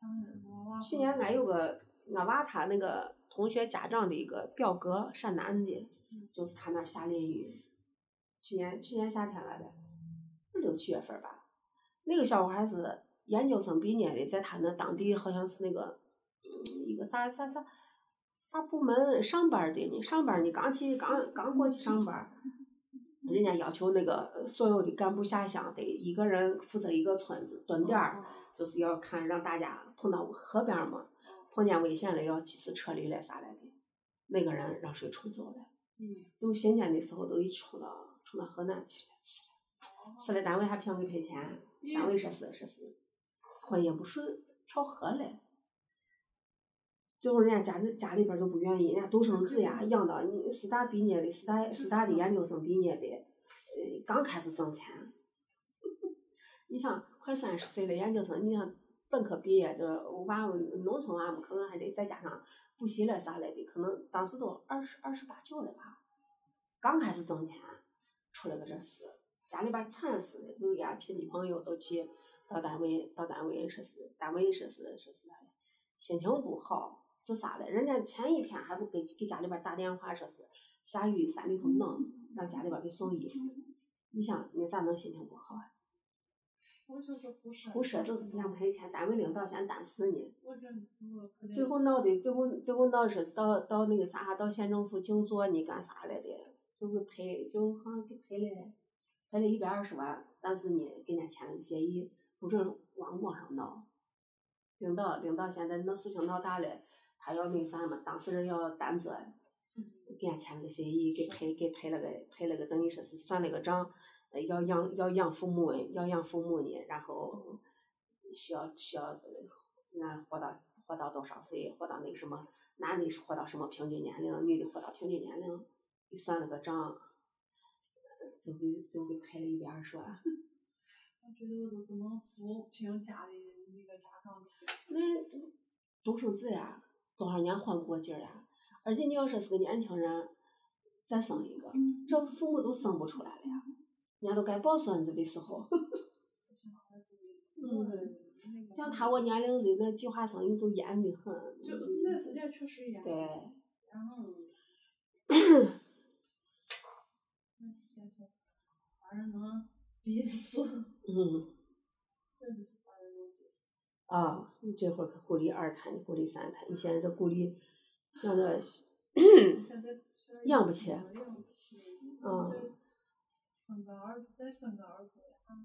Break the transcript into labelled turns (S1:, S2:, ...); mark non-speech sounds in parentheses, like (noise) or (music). S1: 当时我
S2: 去年俺有个俺娃他那个同学家长的一个表哥，陕南的，就是他那儿下淋雨，去年去年夏天来的，是六七月份吧。那个小伙还是研究生毕业的，在他那当地好像是那个，嗯，一个啥啥啥啥部门上班的呢？上班呢，刚去刚刚过去上班，人家要求那个呃所有的干部下乡得一个人负责一个村子蹲
S1: 嗯
S2: 点儿，就是要看让大家碰到河边儿嘛，碰见危险了要及时撤离了啥来的，那个人让水冲走了。
S1: 嗯，
S2: 走新建的时候都一冲到冲到河南去了，死了，死了单位还不想给赔钱，单位说是说是婚姻不顺跳河了。最后人家家里家里边儿就不愿意，人家独生子呀，养到你师大毕业的，师大师大的研究生毕业的，呃，刚开始挣钱。你想，快三十岁的研究生，你想本科毕业的呃娃们，农村娃们可能还得再加上补习了啥来的，可能当时都二十二十八九了吧，刚开始挣钱，出了个这事，家里边儿惨死的，就是家亲戚朋友都去到单位，到单位说是单位说是说是哎心情不好，自杀了。人家前一天还不给给家里边儿打电话说是下雨山
S1: 嗯
S2: 里头冷，让家里边儿给送衣服。你想，你咋能心情不好啊？
S1: 我就是不是
S2: 不说就是不想赔钱，单位领导嫌担死呢。
S1: 我真我可能
S2: 最后闹的，最后最后闹是到到那个啥，到县政府静坐你干啥来的？就给赔，就好像给赔了，赔了一百二十万，但是呢，给人家签了个协议，不准往网上闹。领导领导现在那事情闹大了，他要那啥嘛，当事人要担责，给人家签了个协议，给赔给赔了个赔了个等于说是算了个账，呃要养要养父母，要养父母呢，然后需要需要俺活到活到多少岁，活到那个什么，男的活到什么平均年龄，女的活到平均年龄，给算了个账，呃就给就给赔了一百二十万。
S1: 我觉得我都不能服评家里那个家长的事情。
S2: 那独生子呀，多少年缓不过劲儿呀。而且你要说是个年轻人，再生一个，嗯这父母都生不出来了呀，人家都该抱孙子的时候。嗯
S1: 嗯
S2: 像他我年龄的那计划生育就严得很。嗯
S1: 就那时间确实严，
S2: 对。
S1: 然
S2: (coughs)
S1: 后那先生反正能 (laughs) 逼死，
S2: 嗯
S1: 真的是把人能逼死。
S2: 啊，你这会儿可鼓励二胎，你鼓励三胎，你现在就鼓励，现在
S1: 现在现在
S2: 养不起
S1: 嗯养不起，
S2: 嗯
S1: 再生个儿子，再生个儿子呀，